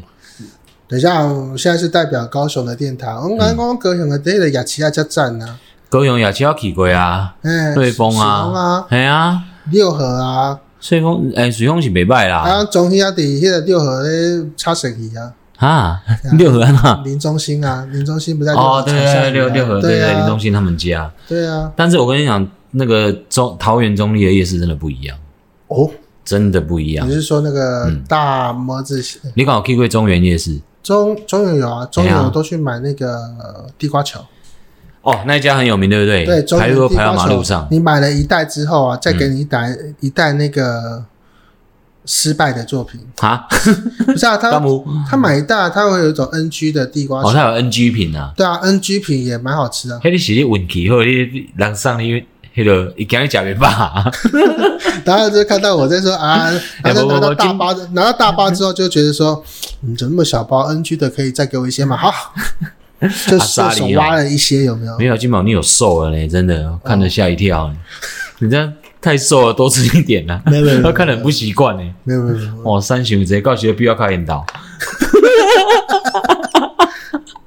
Speaker 1: 等一下，我现在是代表高雄的电台，我们刚刚高雄的这个啊雅琪亚加站呢，
Speaker 2: 高雄也是要去过啊，
Speaker 1: 哎，
Speaker 2: 瑞丰
Speaker 1: 水
Speaker 2: 啊，
Speaker 1: 啊，
Speaker 2: 哎啊，
Speaker 1: 六合啊，
Speaker 2: 瑞丰哎，水丰是北拜啦
Speaker 1: 啊，中心啊，底下的六合的差神仪啊，
Speaker 2: 啊， [laughs] 六合啊，
Speaker 1: 林中心啊，林中心不在六合
Speaker 2: 哦，对
Speaker 1: 产下
Speaker 2: 对对，
Speaker 1: 面啊
Speaker 2: 六六合，对
Speaker 1: 对
Speaker 2: 对，
Speaker 1: 啊
Speaker 2: 林中心他们家。
Speaker 1: 对啊，
Speaker 2: 但是我跟你讲，那个中桃园中立的夜市真的不一样，
Speaker 1: 哦，
Speaker 2: 真的不一样嗯
Speaker 1: 你。是说那个大模子
Speaker 2: 你刚好去过中原夜市
Speaker 1: 中中原有啊，中原
Speaker 2: 哎呀
Speaker 1: 我都去买那个呃地瓜球，
Speaker 2: 哦，那一家很有名，对不对？
Speaker 1: 对，中
Speaker 2: 排
Speaker 1: 原
Speaker 2: 队都
Speaker 1: 地
Speaker 2: 排到
Speaker 1: 瓜
Speaker 2: 马
Speaker 1: 球
Speaker 2: 路上。嗯
Speaker 1: 你买了一袋之后啊，再给你一袋一袋那个失败的作
Speaker 2: [laughs]
Speaker 1: 品，
Speaker 2: 啊，
Speaker 1: 不是啊，他
Speaker 2: 干姆
Speaker 1: 他买一袋，他会有一种 NG 的地瓜
Speaker 2: 哦，
Speaker 1: 球。
Speaker 2: 它有 NG 品啊，
Speaker 1: 对啊，NG 品也蛮好吃的。 [laughs]
Speaker 2: 迄你是你运气好，你人送你迄落伊今日食袂
Speaker 1: [laughs]
Speaker 2: 饱，
Speaker 1: 然后就看到我在说
Speaker 2: [laughs]
Speaker 1: 啊，
Speaker 2: 哎
Speaker 1: 然后
Speaker 2: 不不
Speaker 1: 拿到
Speaker 2: 不
Speaker 1: 大
Speaker 2: 今
Speaker 1: 包的，拿到大包之后就觉得说，嗯，怎么那么小包？NG 的可以再给我一些嘛？
Speaker 2: [laughs]
Speaker 1: 好，就顺
Speaker 2: 阿萨
Speaker 1: 手
Speaker 2: 里哦
Speaker 1: 挖了一些，有没有
Speaker 2: 没？有金宝你有瘦了呢，真的看得吓一跳呢，你这样太瘦了，多吃一点啦，
Speaker 1: 没有没有没有
Speaker 2: 他看得很不习惯呢。
Speaker 1: 没有没有没有
Speaker 2: 哇，三旬直接告诉你必要开引导，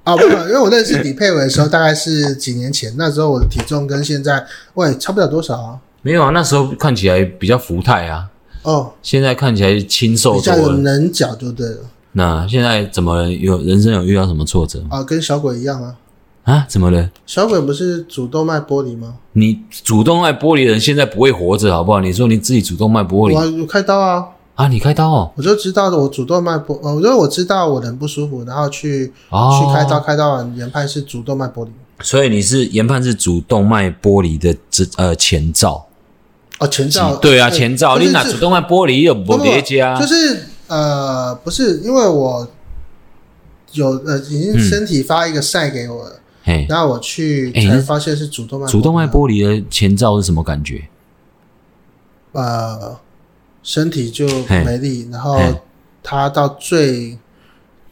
Speaker 1: 啊，没有，因为我认识李佩伟的时候大概是几年前，那时候我的体重跟现在喂差不了多少啊。
Speaker 2: 没有啊，那时候看起来比较福态啊，
Speaker 1: 哦，
Speaker 2: 现在看起来清瘦
Speaker 1: 比
Speaker 2: 多
Speaker 1: 较有
Speaker 2: 了。
Speaker 1: 棱角就对了
Speaker 2: 那现在怎么了有人生有遇到什么挫折吗？
Speaker 1: 啊，跟小鬼一样啊。
Speaker 2: 啊，怎么了？
Speaker 1: 小鬼不是主动脉剥离吗？
Speaker 2: 你主动脉剥离的人现在不会活着，好不好？你说你自己主动脉剥离
Speaker 1: 我有开刀啊，
Speaker 2: 啊？你开刀哦，
Speaker 1: 我就知道的，我主动脉剥，呃，因为我知道我人不舒服，然后去、
Speaker 2: 哦，
Speaker 1: 去开刀，开刀完研判是主动脉剥离，
Speaker 2: 所以你是研判是主动脉剥离的这呃前兆，
Speaker 1: 哦，前兆，
Speaker 2: 对啊
Speaker 1: 哎
Speaker 2: 前兆，
Speaker 1: 不是
Speaker 2: 你拿
Speaker 1: 是
Speaker 2: 主动脉剥离有
Speaker 1: 不
Speaker 2: 不
Speaker 1: 不
Speaker 2: 叠加
Speaker 1: 就，是呃，不是因为我有呃已经
Speaker 2: 嗯
Speaker 1: 身体发一个晒给我了，
Speaker 2: 哎，
Speaker 1: 然后我去
Speaker 2: 哎
Speaker 1: 才
Speaker 2: 那
Speaker 1: 发现是主动脉
Speaker 2: 主动脉
Speaker 1: 离啊，
Speaker 2: 剥离的前兆是什么感觉？
Speaker 1: 呃，身体就
Speaker 2: 嘿
Speaker 1: 没力，然后
Speaker 2: 嘿
Speaker 1: 它到最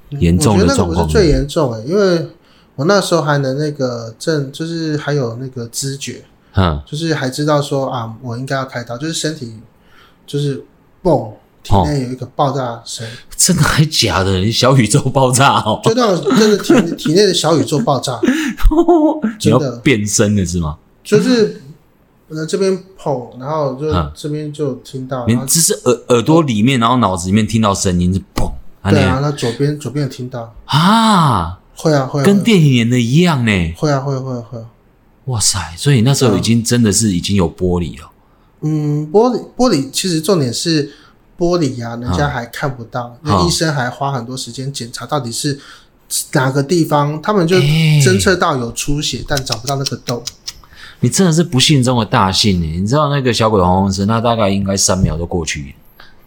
Speaker 2: 严重
Speaker 1: 嗯我觉得
Speaker 2: 的
Speaker 1: 那
Speaker 2: 状
Speaker 1: 个不
Speaker 2: 况
Speaker 1: 是，最严重欸诶、因为我那时候还能那个正，就是还有那个知觉。
Speaker 2: 嗯，
Speaker 1: 就是还知道说啊，我应该要开刀，就是身体就是蹦，体
Speaker 2: 哦
Speaker 1: 内有一个爆炸声，
Speaker 2: 真的还假的？你小宇宙爆炸哦，
Speaker 1: 就那种真的体体内的小宇宙爆炸，
Speaker 2: 你
Speaker 1: [laughs] 真
Speaker 2: 要
Speaker 1: 的
Speaker 2: 变身了是吗？
Speaker 1: 就是呃这边砰，然后就
Speaker 2: 嗯
Speaker 1: 这边就听到，
Speaker 2: 你
Speaker 1: 然后
Speaker 2: 只是耳耳朵里面，然后脑子里面听到声音是砰，啊
Speaker 1: 对啊，然
Speaker 2: 你
Speaker 1: 后左边左边有听到，
Speaker 2: 啊，
Speaker 1: 会啊会啊，
Speaker 2: 跟电影演的一样呢，
Speaker 1: 会啊会啊会啊会啊，
Speaker 2: 哇塞！所以那时候已经真的是已经有剥离了，
Speaker 1: 嗯，玻璃玻璃其实重点是。玻璃啊，人家还看不到，那、
Speaker 2: 嗯
Speaker 1: 医生还花很多时间检查到底是哪个地方，他们就
Speaker 2: 哎
Speaker 1: 侦测到有出血，但找不到那个洞。
Speaker 2: 你真的是不幸中的大幸欸呢！你知道那个小鬼黄鸿升，那大概应该三秒就过去。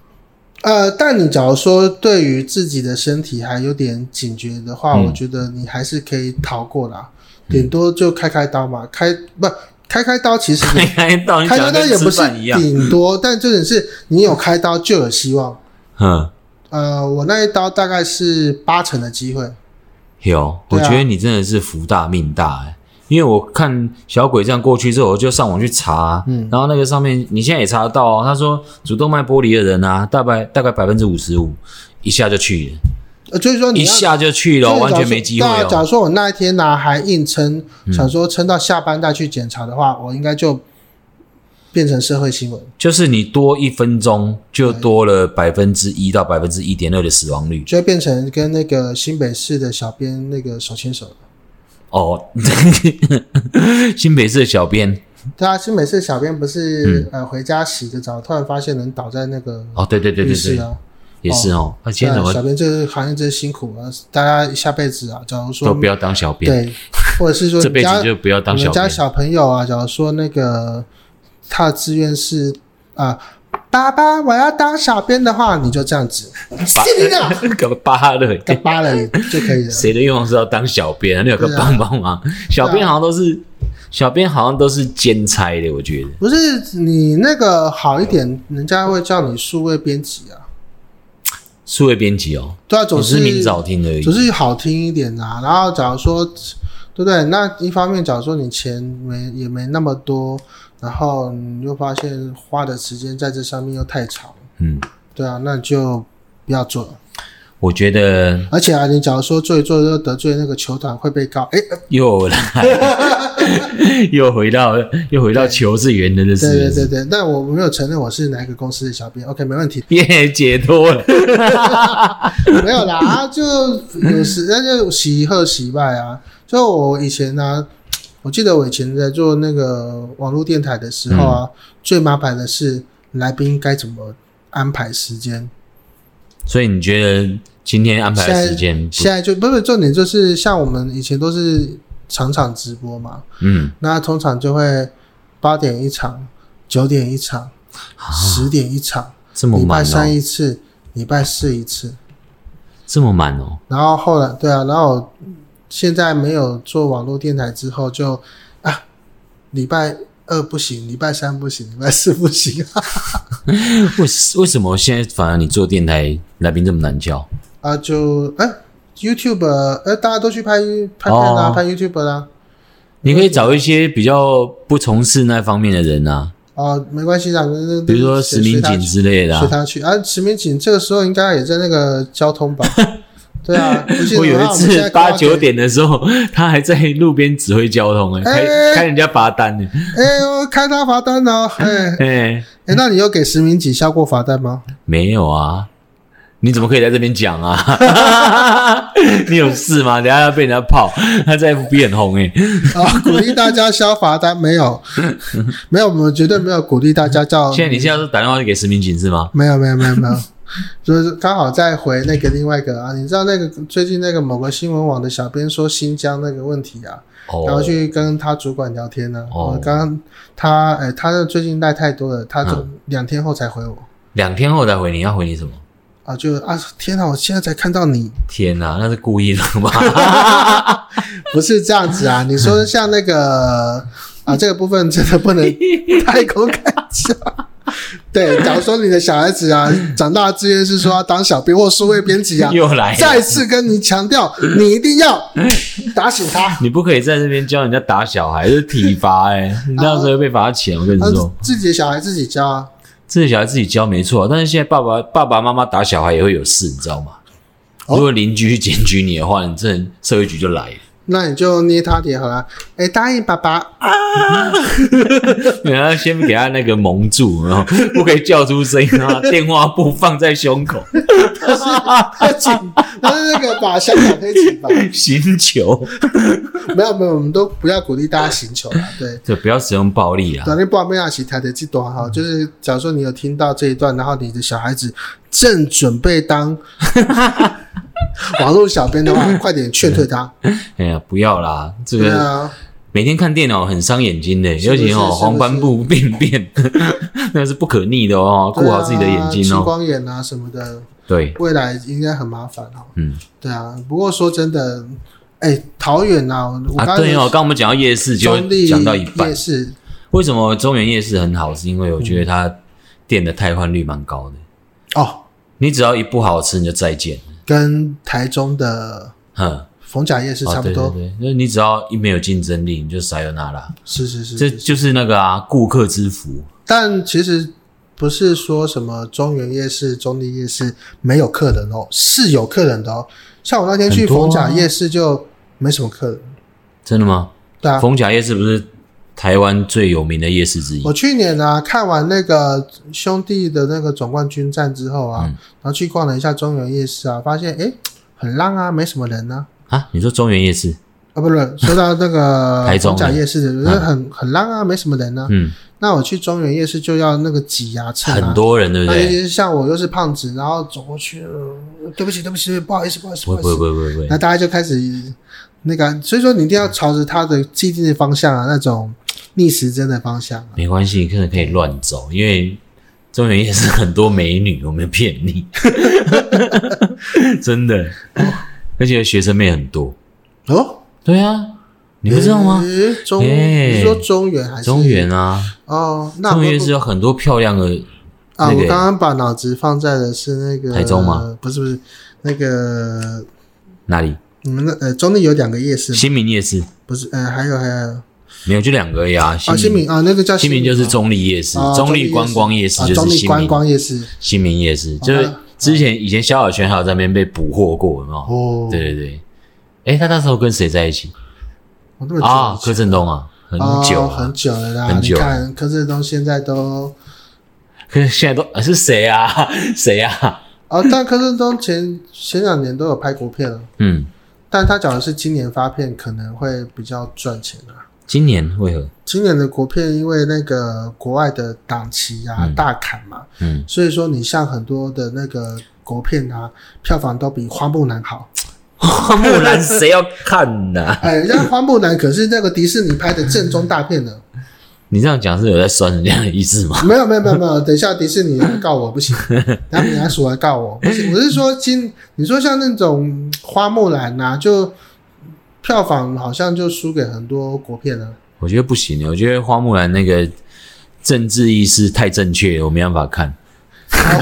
Speaker 1: [laughs] 呃，但你假如说对于自己的身体还有点警觉的话，
Speaker 2: 嗯
Speaker 1: 我觉得你还是可以逃过啦，顶多就开开刀嘛，开不开开刀其实
Speaker 2: 开
Speaker 1: 也
Speaker 2: 开到你
Speaker 1: 开开
Speaker 2: 讲得
Speaker 1: 刀也
Speaker 2: 跟
Speaker 1: 不
Speaker 2: 吃
Speaker 1: 是
Speaker 2: 饭一样，
Speaker 1: 顶多，但重点是你有开刀就有希望。
Speaker 2: 嗯，
Speaker 1: 呃，我那一刀大概是八成的机会，
Speaker 2: 有，
Speaker 1: 对
Speaker 2: 我
Speaker 1: 啊
Speaker 2: 觉得你真的是福大命大哎、因为我看小鬼这样过去之后，我就上网去查，
Speaker 1: 嗯
Speaker 2: 然后那个上面你现在也查得到哦，他说主动脉剥离的人啊，大概大概百分之五十五一下就去了，
Speaker 1: 呃，就是说你
Speaker 2: 一
Speaker 1: 要。
Speaker 2: 下就去了，完全没机会
Speaker 1: 对啊假
Speaker 2: 哦。嗯
Speaker 1: 如说我那一天呢、还硬撑，想说撑到下班再去检查的话，我应该就变成社会新闻，
Speaker 2: 就是你多一分钟，就多了百分之一到百分之一点二的死亡率。
Speaker 1: 就会变成跟那个新北市的小
Speaker 2: [laughs]
Speaker 1: 编那个手牵手。
Speaker 2: 哦，新北市的小编
Speaker 1: 对啊，其实每次小编不是、呃回家洗着澡，突然发现人倒在那个
Speaker 2: 嗯哦，对对对
Speaker 1: 浴
Speaker 2: 对
Speaker 1: 室
Speaker 2: 对，
Speaker 1: 啊，
Speaker 2: 也是哦。那今天
Speaker 1: 对
Speaker 2: 怎
Speaker 1: 啊小
Speaker 2: 么
Speaker 1: 编这个行业真辛苦啊，大家下辈子啊，假如说
Speaker 2: 都不要当小编，
Speaker 1: 对，或者是说
Speaker 2: [laughs] 这
Speaker 1: 你
Speaker 2: 辈
Speaker 1: 家
Speaker 2: 子就不要当
Speaker 1: 我
Speaker 2: 小
Speaker 1: 们家
Speaker 2: 编。
Speaker 1: 小朋友啊，假如说那个他的志愿是啊、爸爸我要当小编的话，你就这样子，是的，
Speaker 2: [laughs] 个巴了，
Speaker 1: 啊干巴了就可
Speaker 2: [laughs]
Speaker 1: 以了。
Speaker 2: 谁的愿望是要当小编啊？你有个
Speaker 1: 对啊
Speaker 2: 帮帮忙，小编好像都是小编好像都是兼差的，我觉得。
Speaker 1: 不是你那个好一点，人家会叫你数位编辑啊，
Speaker 2: 数位编辑哦，
Speaker 1: 对啊，总
Speaker 2: 只
Speaker 1: 是
Speaker 2: 是明早听而已
Speaker 1: 总。是好听一点啊。然后假如说，对不对？那一方面，假如说你钱没也没那么多，然后你又发现花的时间在这上面又太长，
Speaker 2: 嗯，
Speaker 1: 对啊，那就不要做了。
Speaker 2: 我觉得
Speaker 1: 而且啊，你假如说做一做又得罪那个球团会被告，哎，呃
Speaker 2: 又来，
Speaker 1: [laughs]
Speaker 2: 又回到又回到球是圆的的
Speaker 1: 对对
Speaker 2: 事，
Speaker 1: 对
Speaker 2: [laughs]
Speaker 1: 对，但我没有承认我是哪一个公司的小编，OK，没问题， [laughs]
Speaker 2: 耶，解脱了。
Speaker 1: 没有啦，啊就有时那就喜贺喜败啊。就我以前呢、我记得我以前在做那个网络电台的时候啊，最麻烦的是来宾该怎么安排时间。
Speaker 2: 所以你觉得今天安排的时间不？
Speaker 1: 现在就不是重点，就是像我们以前都是场场直播嘛，
Speaker 2: 嗯，
Speaker 1: 那通常就会八点一场，九点一场，十点一场，
Speaker 2: 啊这么
Speaker 1: 礼拜
Speaker 2: 满
Speaker 1: 三
Speaker 2: 哦，
Speaker 1: 一次，礼拜四一次。
Speaker 2: 这么满哦，
Speaker 1: 然后后来对啊，然后现在没有做网络电台之后就啊，礼拜二不行，礼拜三不行，礼拜四不行 [laughs]
Speaker 2: 为为什么现在反而你做电台来宾这么难叫？
Speaker 1: 啊，就哎、YouTube 呃大家都去拍拍片啦、
Speaker 2: 哦
Speaker 1: 拍 YouTube 啦、
Speaker 2: 你可以找一些比较不从事那方面的人啊，
Speaker 1: 啊，没关系啦，那那
Speaker 2: 比如说石明景之类的、
Speaker 1: 随
Speaker 2: 啊。
Speaker 1: 他去啊，石明景这个时候应该也在那个交通
Speaker 2: [laughs]
Speaker 1: 吧？对啊，不信
Speaker 2: 我
Speaker 1: 的
Speaker 2: 有
Speaker 1: 话
Speaker 2: 一
Speaker 1: 们现
Speaker 2: 次
Speaker 1: 在
Speaker 2: 八
Speaker 1: 搞
Speaker 2: 九
Speaker 1: 到
Speaker 2: 点的时候，他还在路边指挥交通、欸，
Speaker 1: 哎
Speaker 2: 开开人家罚单呢、
Speaker 1: 给，哎呦，开他罚单哦，
Speaker 2: [laughs]
Speaker 1: 哎
Speaker 2: 哎、
Speaker 1: 哎，那你有给石明景下过罚单吗？
Speaker 2: 没有啊，你怎么可以在这边讲啊？ [laughs] 你有事吗？等一下要被人家泡，他在 FB 很红哎、
Speaker 1: 啊，鼓励大家消罚单没
Speaker 2: [laughs]
Speaker 1: 有，没有，我们绝对没有鼓励大家叫。
Speaker 2: 现在你现在是打电话给石明景是吗？
Speaker 1: 没有没有没有没有，就是刚好在回那个另外一个啊，你知道那个最近那个某个新闻网的小编说新疆那个问题啊，
Speaker 2: 哦
Speaker 1: 然后去跟他主管聊天呢、
Speaker 2: 哦
Speaker 1: 我刚刚他哎，他最近赖太多了，他
Speaker 2: 嗯
Speaker 1: 就两天后才回我
Speaker 2: 两天后才回你，要回你什么？
Speaker 1: 啊，就啊天哪，我现在才看到你，
Speaker 2: 天哪、那是故意的吧？
Speaker 1: 不是这样子啊！
Speaker 2: [laughs]
Speaker 1: 你说像那个啊，这个部分真的不
Speaker 2: [laughs]
Speaker 1: 能太公开讲。对，假如说你的小孩子啊，长大志愿是说要当小编或数位编辑啊，
Speaker 2: 又来了
Speaker 1: 再次跟你强调，你一定
Speaker 2: [laughs]
Speaker 1: 要打醒他，
Speaker 2: 你不可以在这边教人家打小孩，这是体罚哎、你到时候会被罚钱。我跟你
Speaker 1: 他
Speaker 2: 说，
Speaker 1: 自己的小孩自己教啊。
Speaker 2: 这些小孩自己教没错，但是现在爸爸爸爸妈妈打小孩也会有事，你知道吗？
Speaker 1: 哦
Speaker 2: 如果邻居去检举你的话，你这人社会局就来了， [laughs]
Speaker 1: 那你就捏他点好了，哎，答应爸爸啊，
Speaker 2: 然后先给他那个蒙住，然后不可以叫出声音啊，然后电话簿放在胸口，
Speaker 1: 他请，他是那个把香港黑请吧，
Speaker 2: 行求，
Speaker 1: 没有没有，我们都不要鼓励大家行求啊，对。
Speaker 2: 对，不要使用暴力啊。
Speaker 1: 短令不没有洗台的这段
Speaker 2: 嗯
Speaker 1: 哈，就是假如说你有听到这一段，然后你的小孩子正准备当 [laughs] 网络小编的话，快点劝退
Speaker 2: [laughs]
Speaker 1: 他。
Speaker 2: 哎呀，不要啦，这
Speaker 1: 对
Speaker 2: 个
Speaker 1: 啊，
Speaker 2: 每天看电脑很伤眼睛的，
Speaker 1: 是不
Speaker 2: 尤
Speaker 1: 是
Speaker 2: 其
Speaker 1: 是
Speaker 2: 哦
Speaker 1: 不是
Speaker 2: 黄斑部病变， [laughs] 那是不可逆的哦，顾好自己的眼睛
Speaker 1: 对啊青
Speaker 2: 哦。
Speaker 1: 光眼啊什么的，
Speaker 2: 对，啊
Speaker 1: 未来应该很麻烦哦。
Speaker 2: 嗯
Speaker 1: 对啊，不过说真的，哎，桃园啊，我
Speaker 2: 啊，
Speaker 1: 刚
Speaker 2: 对哦，刚刚我们讲到夜市就
Speaker 1: 中立
Speaker 2: 讲到一半
Speaker 1: 夜，市，
Speaker 2: 为什么中原夜市很好？是因为我觉得它店的汰换率蛮高的，
Speaker 1: 哦，
Speaker 2: 你只要一不好吃你就再见了，
Speaker 1: 跟台中的
Speaker 2: 哼，
Speaker 1: 逢甲夜市
Speaker 2: 哦
Speaker 1: 差不
Speaker 2: 对
Speaker 1: 多，
Speaker 2: 对对，那你只要一没有竞争力你就塞有那啦，
Speaker 1: 是是是
Speaker 2: 这
Speaker 1: 是。
Speaker 2: 就是那个啊顾客之福，
Speaker 1: 但其实不是说什么中原夜市、中立夜市没有客人哦，是有客人的哦。像我那天去
Speaker 2: 很多啊
Speaker 1: 逢甲夜市就没什么客人，
Speaker 2: 真的吗？
Speaker 1: 对啊。
Speaker 2: 逢甲夜市不是台湾最有名的夜市之一
Speaker 1: 我？去年啊看完那个兄弟的那个总冠军战之后啊，
Speaker 2: 嗯
Speaker 1: 然后去逛了一下中原夜市啊，发现诶很浪啊，没什么人啊。
Speaker 2: 啊，你说中原夜市？
Speaker 1: 啊，不是说到那个
Speaker 2: [laughs] 台中
Speaker 1: 逢
Speaker 2: 的
Speaker 1: 甲夜市的，就是很很浪啊，没什么人啊。
Speaker 2: 嗯，
Speaker 1: 那我去中原夜市就要那个挤牙秤啊，
Speaker 2: 很多人对不
Speaker 1: 那尤
Speaker 2: 对？
Speaker 1: 其是像我又是胖子，然后走过去，呃对不起，对不起，对不起不好意思，不好意思，
Speaker 2: 不
Speaker 1: 不
Speaker 2: 会
Speaker 1: 好
Speaker 2: 不会
Speaker 1: 意思。
Speaker 2: 不会不会不
Speaker 1: 那
Speaker 2: 会，
Speaker 1: 大家就开始那个，所以说你一定要朝着他的既定的方向啊，那种逆时针的方向、啊。
Speaker 2: 没关系，你可能可以乱走，因为中原也是很多美女，我没有骗你， [laughs] 真的，而且学生妹很多。
Speaker 1: 哦，
Speaker 2: 对啊，你不知道吗？
Speaker 1: 诶中，
Speaker 2: 诶
Speaker 1: 你说中原还是
Speaker 2: 中原啊，
Speaker 1: 哦，那
Speaker 2: 中原
Speaker 1: 我
Speaker 2: 是有很多漂亮的
Speaker 1: 啊，
Speaker 2: 那
Speaker 1: 我
Speaker 2: 个
Speaker 1: 刚刚把脑子放在的是那个
Speaker 2: 台中吗？
Speaker 1: 不是不是，那个
Speaker 2: 哪里？
Speaker 1: 你们那呃中立有两个夜市吗，
Speaker 2: 新民夜市
Speaker 1: 不是呃还有还有
Speaker 2: 没有，就两个而已啊。
Speaker 1: 啊新民啊那个叫
Speaker 2: 新民就是
Speaker 1: 啊
Speaker 2: 中立夜市，
Speaker 1: 啊
Speaker 2: 中
Speaker 1: 立
Speaker 2: 立观光夜市
Speaker 1: 啊
Speaker 2: 就
Speaker 1: 中
Speaker 2: 是
Speaker 1: 立
Speaker 2: 新
Speaker 1: 观
Speaker 2: 民
Speaker 1: 光啊夜市
Speaker 2: 新民夜市，就是之前以前萧亚轩还有在那边被捕获过，有没有？
Speaker 1: 哦，
Speaker 2: 对对对，哎，他那时候跟谁在一起
Speaker 1: 我那么久
Speaker 2: 啊？
Speaker 1: 以前
Speaker 2: 柯震东啊，很久
Speaker 1: 哦
Speaker 2: 啊
Speaker 1: 很，久了啦，
Speaker 2: 很久
Speaker 1: 你看柯震东现在都
Speaker 2: 可是现在都啊 [laughs] 是谁啊？谁啊？
Speaker 1: 哦，但柯震东前前两年都有拍国片了，
Speaker 2: 嗯，
Speaker 1: 但他讲的是今年发片可能会比较赚钱啊。
Speaker 2: 今年为何？
Speaker 1: 今年的国片因为那个国外的档期啊、
Speaker 2: 嗯
Speaker 1: 大砍嘛， [laughs]
Speaker 2: 嗯，
Speaker 1: 所以说你像很多的那个国片啊，票房都比花木兰
Speaker 2: [laughs]
Speaker 1: 好。
Speaker 2: 花木兰谁要看呐？
Speaker 1: 哎，人家花木兰可是那个迪士尼拍的正宗大片呢。
Speaker 2: 你这样讲是有在酸人家的意思吗？ [laughs]
Speaker 1: [laughs] 没有没有没有没有，等一下迪士尼来告我不行，然后米老鼠来告我不行。我是说今你说像那种花木兰呐、就票房好像就输给很多国片
Speaker 2: [laughs]
Speaker 1: 了。
Speaker 2: 我觉得不行，啊我觉得花木兰那个政治意识太正确了，我没办法看。
Speaker 1: 啊，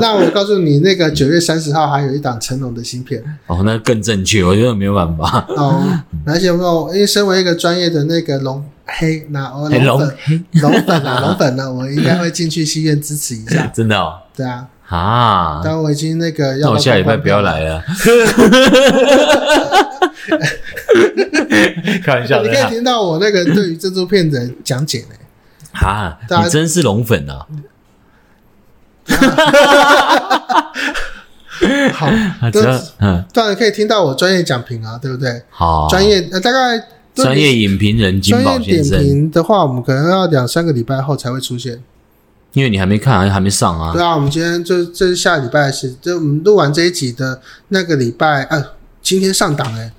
Speaker 1: 那我告诉你，那个九月三十号还有一档成龙的新片
Speaker 2: 哦，那更正确，我觉得没有办法。 [laughs]
Speaker 1: 哦，而且我因为身为一个专业的那个龙黑那我
Speaker 2: 哎
Speaker 1: 龙
Speaker 2: 龙
Speaker 1: 粉 [laughs] 龙粉啊龙粉呢，我应该会进去戏院支持一
Speaker 2: [laughs]
Speaker 1: 下，
Speaker 2: 真的哦，
Speaker 1: 对啊，
Speaker 2: 啊，
Speaker 1: 但我已经那个
Speaker 2: 那
Speaker 1: 要
Speaker 2: 我下礼拜不要
Speaker 1: 了，
Speaker 2: 来了。 [laughs] 开玩笑
Speaker 1: [laughs] [laughs] 你
Speaker 2: 的
Speaker 1: 可以
Speaker 2: 啦，
Speaker 1: 听到我那个对于这部片的讲解呢。
Speaker 2: [laughs] 啊，
Speaker 1: 大家
Speaker 2: 你真是龙粉啊！
Speaker 1: 好，
Speaker 2: 啊，
Speaker 1: 都
Speaker 2: 只要嗯，
Speaker 1: 当然可以听到我专业讲评啊，对不对？
Speaker 2: 好，
Speaker 1: 专业呃，大概都
Speaker 2: 哦专业影评人金
Speaker 1: 专
Speaker 2: 宝
Speaker 1: 业
Speaker 2: 先
Speaker 1: 点
Speaker 2: 生，
Speaker 1: 评的话，我们可能要两三个礼拜后才会出现。
Speaker 2: 因为你还没看，还还没上啊
Speaker 1: 对。啊，我们今天就这是下礼拜的事，就我们录完这一集的那个礼拜，呃，今天上档哎、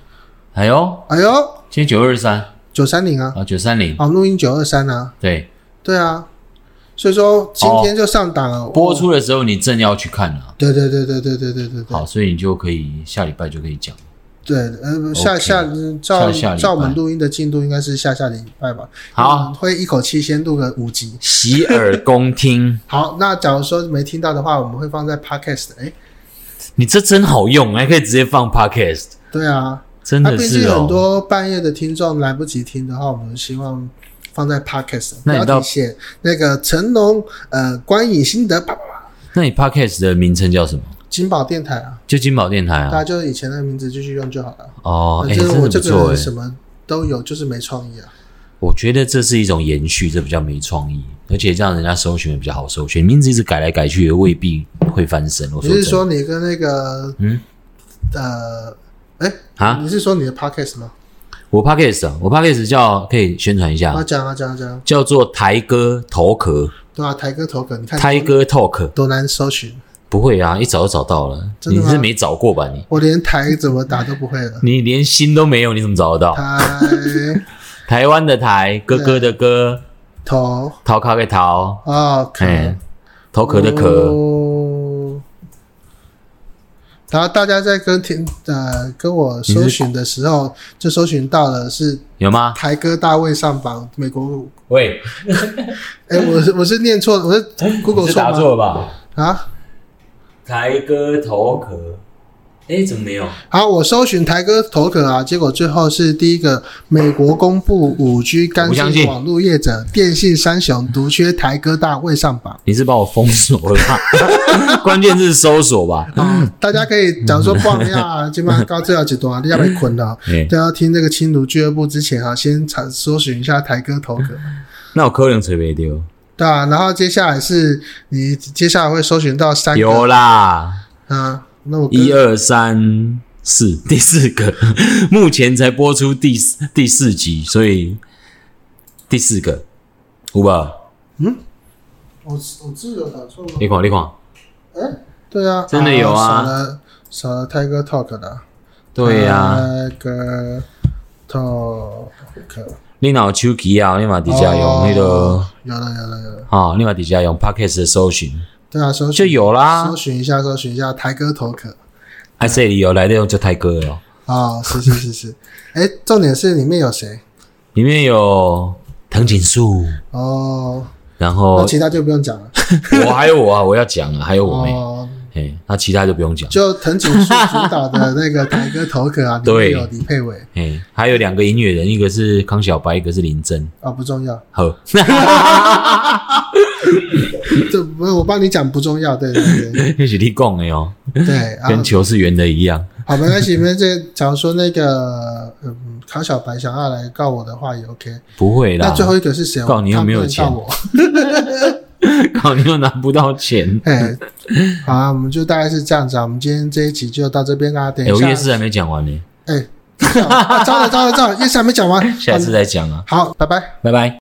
Speaker 2: 哎呦，
Speaker 1: 哎呦，
Speaker 2: 今天九二三
Speaker 1: 九三零啊，
Speaker 2: 啊，九三零，
Speaker 1: 啊，录音九二三啊，
Speaker 2: 对，
Speaker 1: 对啊，所以说今天就上档了，
Speaker 2: 播
Speaker 1: 哦，
Speaker 2: 出的时候你正要去看啊。
Speaker 1: 对对对对对对对对对，
Speaker 2: 好，所以你就可以下礼拜就可以讲。
Speaker 1: 对，呃，下
Speaker 2: OK
Speaker 1: 下照
Speaker 2: 下下礼拜
Speaker 1: 照我们录音的进度，应该是下下礼拜吧，
Speaker 2: 好，
Speaker 1: 嗯会一口气先录个五集。
Speaker 2: 洗耳恭听， [laughs]
Speaker 1: 好，那假如说没听到的话，我们会放在 podcast。哎，
Speaker 2: 你这真好用，还可以直接放 podcast，
Speaker 1: 对啊，
Speaker 2: 真
Speaker 1: 那
Speaker 2: 的
Speaker 1: 毕
Speaker 2: 是
Speaker 1: 竟很
Speaker 2: 哦。
Speaker 1: 多半夜的听众来不及听的话，我们希望放在 podcast。
Speaker 2: 那你
Speaker 1: 标
Speaker 2: 到
Speaker 1: 题写那个成龙呃观影心得，叭叭叭，
Speaker 2: 那你 podcast 的名称叫什么？
Speaker 1: 金宝电台啊，
Speaker 2: 就金宝电台
Speaker 1: 大家
Speaker 2: 啊。
Speaker 1: 就以前的名字继续用就好了。
Speaker 2: 哦，哎、
Speaker 1: 反正
Speaker 2: 真
Speaker 1: 我
Speaker 2: 的
Speaker 1: 这
Speaker 2: 不
Speaker 1: 个
Speaker 2: 错
Speaker 1: 人
Speaker 2: 哎、
Speaker 1: 什么都有，就是没创意啊。
Speaker 2: 我觉得这是一种延续，这比较没创意，而且这样人家搜寻也比较好搜寻。名字一直改来改去，也未必会翻身。我
Speaker 1: 你
Speaker 2: 说
Speaker 1: 是
Speaker 2: 真的
Speaker 1: 说你跟那个
Speaker 2: 嗯
Speaker 1: 呃，哎，
Speaker 2: 啊，
Speaker 1: 你是说你的 podcast 吗？
Speaker 2: 我 podcast 啊，我 podcast 叫可以宣传一下，
Speaker 1: 啊，讲啊讲啊讲啊，
Speaker 2: 叫做台哥头壳，
Speaker 1: 对啊，台哥头梗，你看
Speaker 2: 台哥 talk。
Speaker 1: 多难搜寻。
Speaker 2: 不会啊，一早就找到了，
Speaker 1: 真的
Speaker 2: 你
Speaker 1: 吗
Speaker 2: 是没找过吧？你
Speaker 1: 我连台怎么打都不会了。
Speaker 2: 你连心都没有，你怎么找得到？
Speaker 1: 台
Speaker 2: 台湾的台，哥哥的
Speaker 1: 啊
Speaker 2: 哥，
Speaker 1: 头
Speaker 2: 桃咖的桃，
Speaker 1: 啊，壳
Speaker 2: 哎，头壳的壳，
Speaker 1: 哦然后大家在跟听呃跟我搜寻的时候，就搜寻到了是
Speaker 2: 有吗？
Speaker 1: 台哥大卫上榜美国。
Speaker 2: 喂， [gasps]
Speaker 1: 哎，我是我是念错，我是 Google
Speaker 2: 哎是
Speaker 1: 错
Speaker 2: 打
Speaker 1: 吗？
Speaker 2: 错了吧？
Speaker 1: 啊，
Speaker 2: 台哥头壳，哎，怎么没有？
Speaker 1: 好，我搜寻台哥头壳啊，结果最后是第一个美国公布五 G 干
Speaker 2: 不相信
Speaker 1: 性网络业者电信三雄独缺台哥大卫上榜。
Speaker 2: 你是把我封锁了吧？ [laughs] 关键是搜索吧。哎
Speaker 1: 啊，大家可以假如说放假，
Speaker 2: [laughs]
Speaker 1: 今晚到最后一段，你要被困了。
Speaker 2: 哎，
Speaker 1: 都要听这个青庐俱乐部之前啊，先查搜寻一下台哥头壳，
Speaker 2: 那我可能吹没丢，
Speaker 1: 对啊，然后接下来是你接下来会搜寻到三
Speaker 2: 有啊
Speaker 1: 个
Speaker 2: 啦，
Speaker 1: 啊，那我跟
Speaker 2: 一二三是第四个， [laughs] 目前才播出第四第四集，所以第四个，五吧，
Speaker 1: 我我字有打错吗？
Speaker 2: 你看你看，
Speaker 1: 哎、对啊，
Speaker 2: 真的有
Speaker 1: 少
Speaker 2: 啊
Speaker 1: 了少了 Tiger Talk 了。
Speaker 2: 对啊呀、
Speaker 1: 啊，Tiger Talk
Speaker 2: 你若有手机啊，你嘛底下用那个
Speaker 1: 哦有了有了有了，
Speaker 2: 啊，你嘛底下用 Podcast 的搜寻
Speaker 1: 对啊，搜
Speaker 2: 就
Speaker 1: 寻
Speaker 2: 有啦
Speaker 1: 搜。寻一下，搜寻一下 Tiger Talk
Speaker 2: 啊，这里有来的用就泰哥哦了，
Speaker 1: 啊，是是是是，哎，重点是里面有谁？
Speaker 2: 里面有藤井树，
Speaker 1: 哦，
Speaker 2: 然
Speaker 1: 那
Speaker 2: 后
Speaker 1: 其他就不用讲了。
Speaker 2: 我还有我啊，我要讲啊，还有我妹，
Speaker 1: 哦，
Speaker 2: 哎，那其他就不用讲，
Speaker 1: 就藤井树主导的那个 Tiger Talk 啊，里
Speaker 2: [laughs] 对
Speaker 1: 面有李佩伟
Speaker 2: 哎，还有两个音乐人，一个是康小白，一个是林真，
Speaker 1: 啊，不重要，
Speaker 2: 好，
Speaker 1: 这不我帮你讲不重要，对对对
Speaker 2: [laughs] 那是你讲的哦， [laughs]
Speaker 1: 对啊，
Speaker 2: 跟球是圆的一样，
Speaker 1: 好，没关系，因为这假如说那个嗯，康小白想要来告我的话也 OK。
Speaker 2: 不会
Speaker 1: 那
Speaker 2: 啦，
Speaker 1: 最后一个是谁？
Speaker 2: 告你又没有
Speaker 1: 他不能告我。
Speaker 2: [laughs] 靠，哦你又拿不到钱，
Speaker 1: 哎，好啊，我们就大概是这样子啊。我们今天这一集就到这边啦、等
Speaker 2: 哎，我夜
Speaker 1: 一下，
Speaker 2: 市还没讲完呢，
Speaker 1: 哎，糟了糟了糟了，夜市还没讲完，
Speaker 2: [laughs] 下次再讲啊，
Speaker 1: 好，拜拜。
Speaker 2: 拜拜。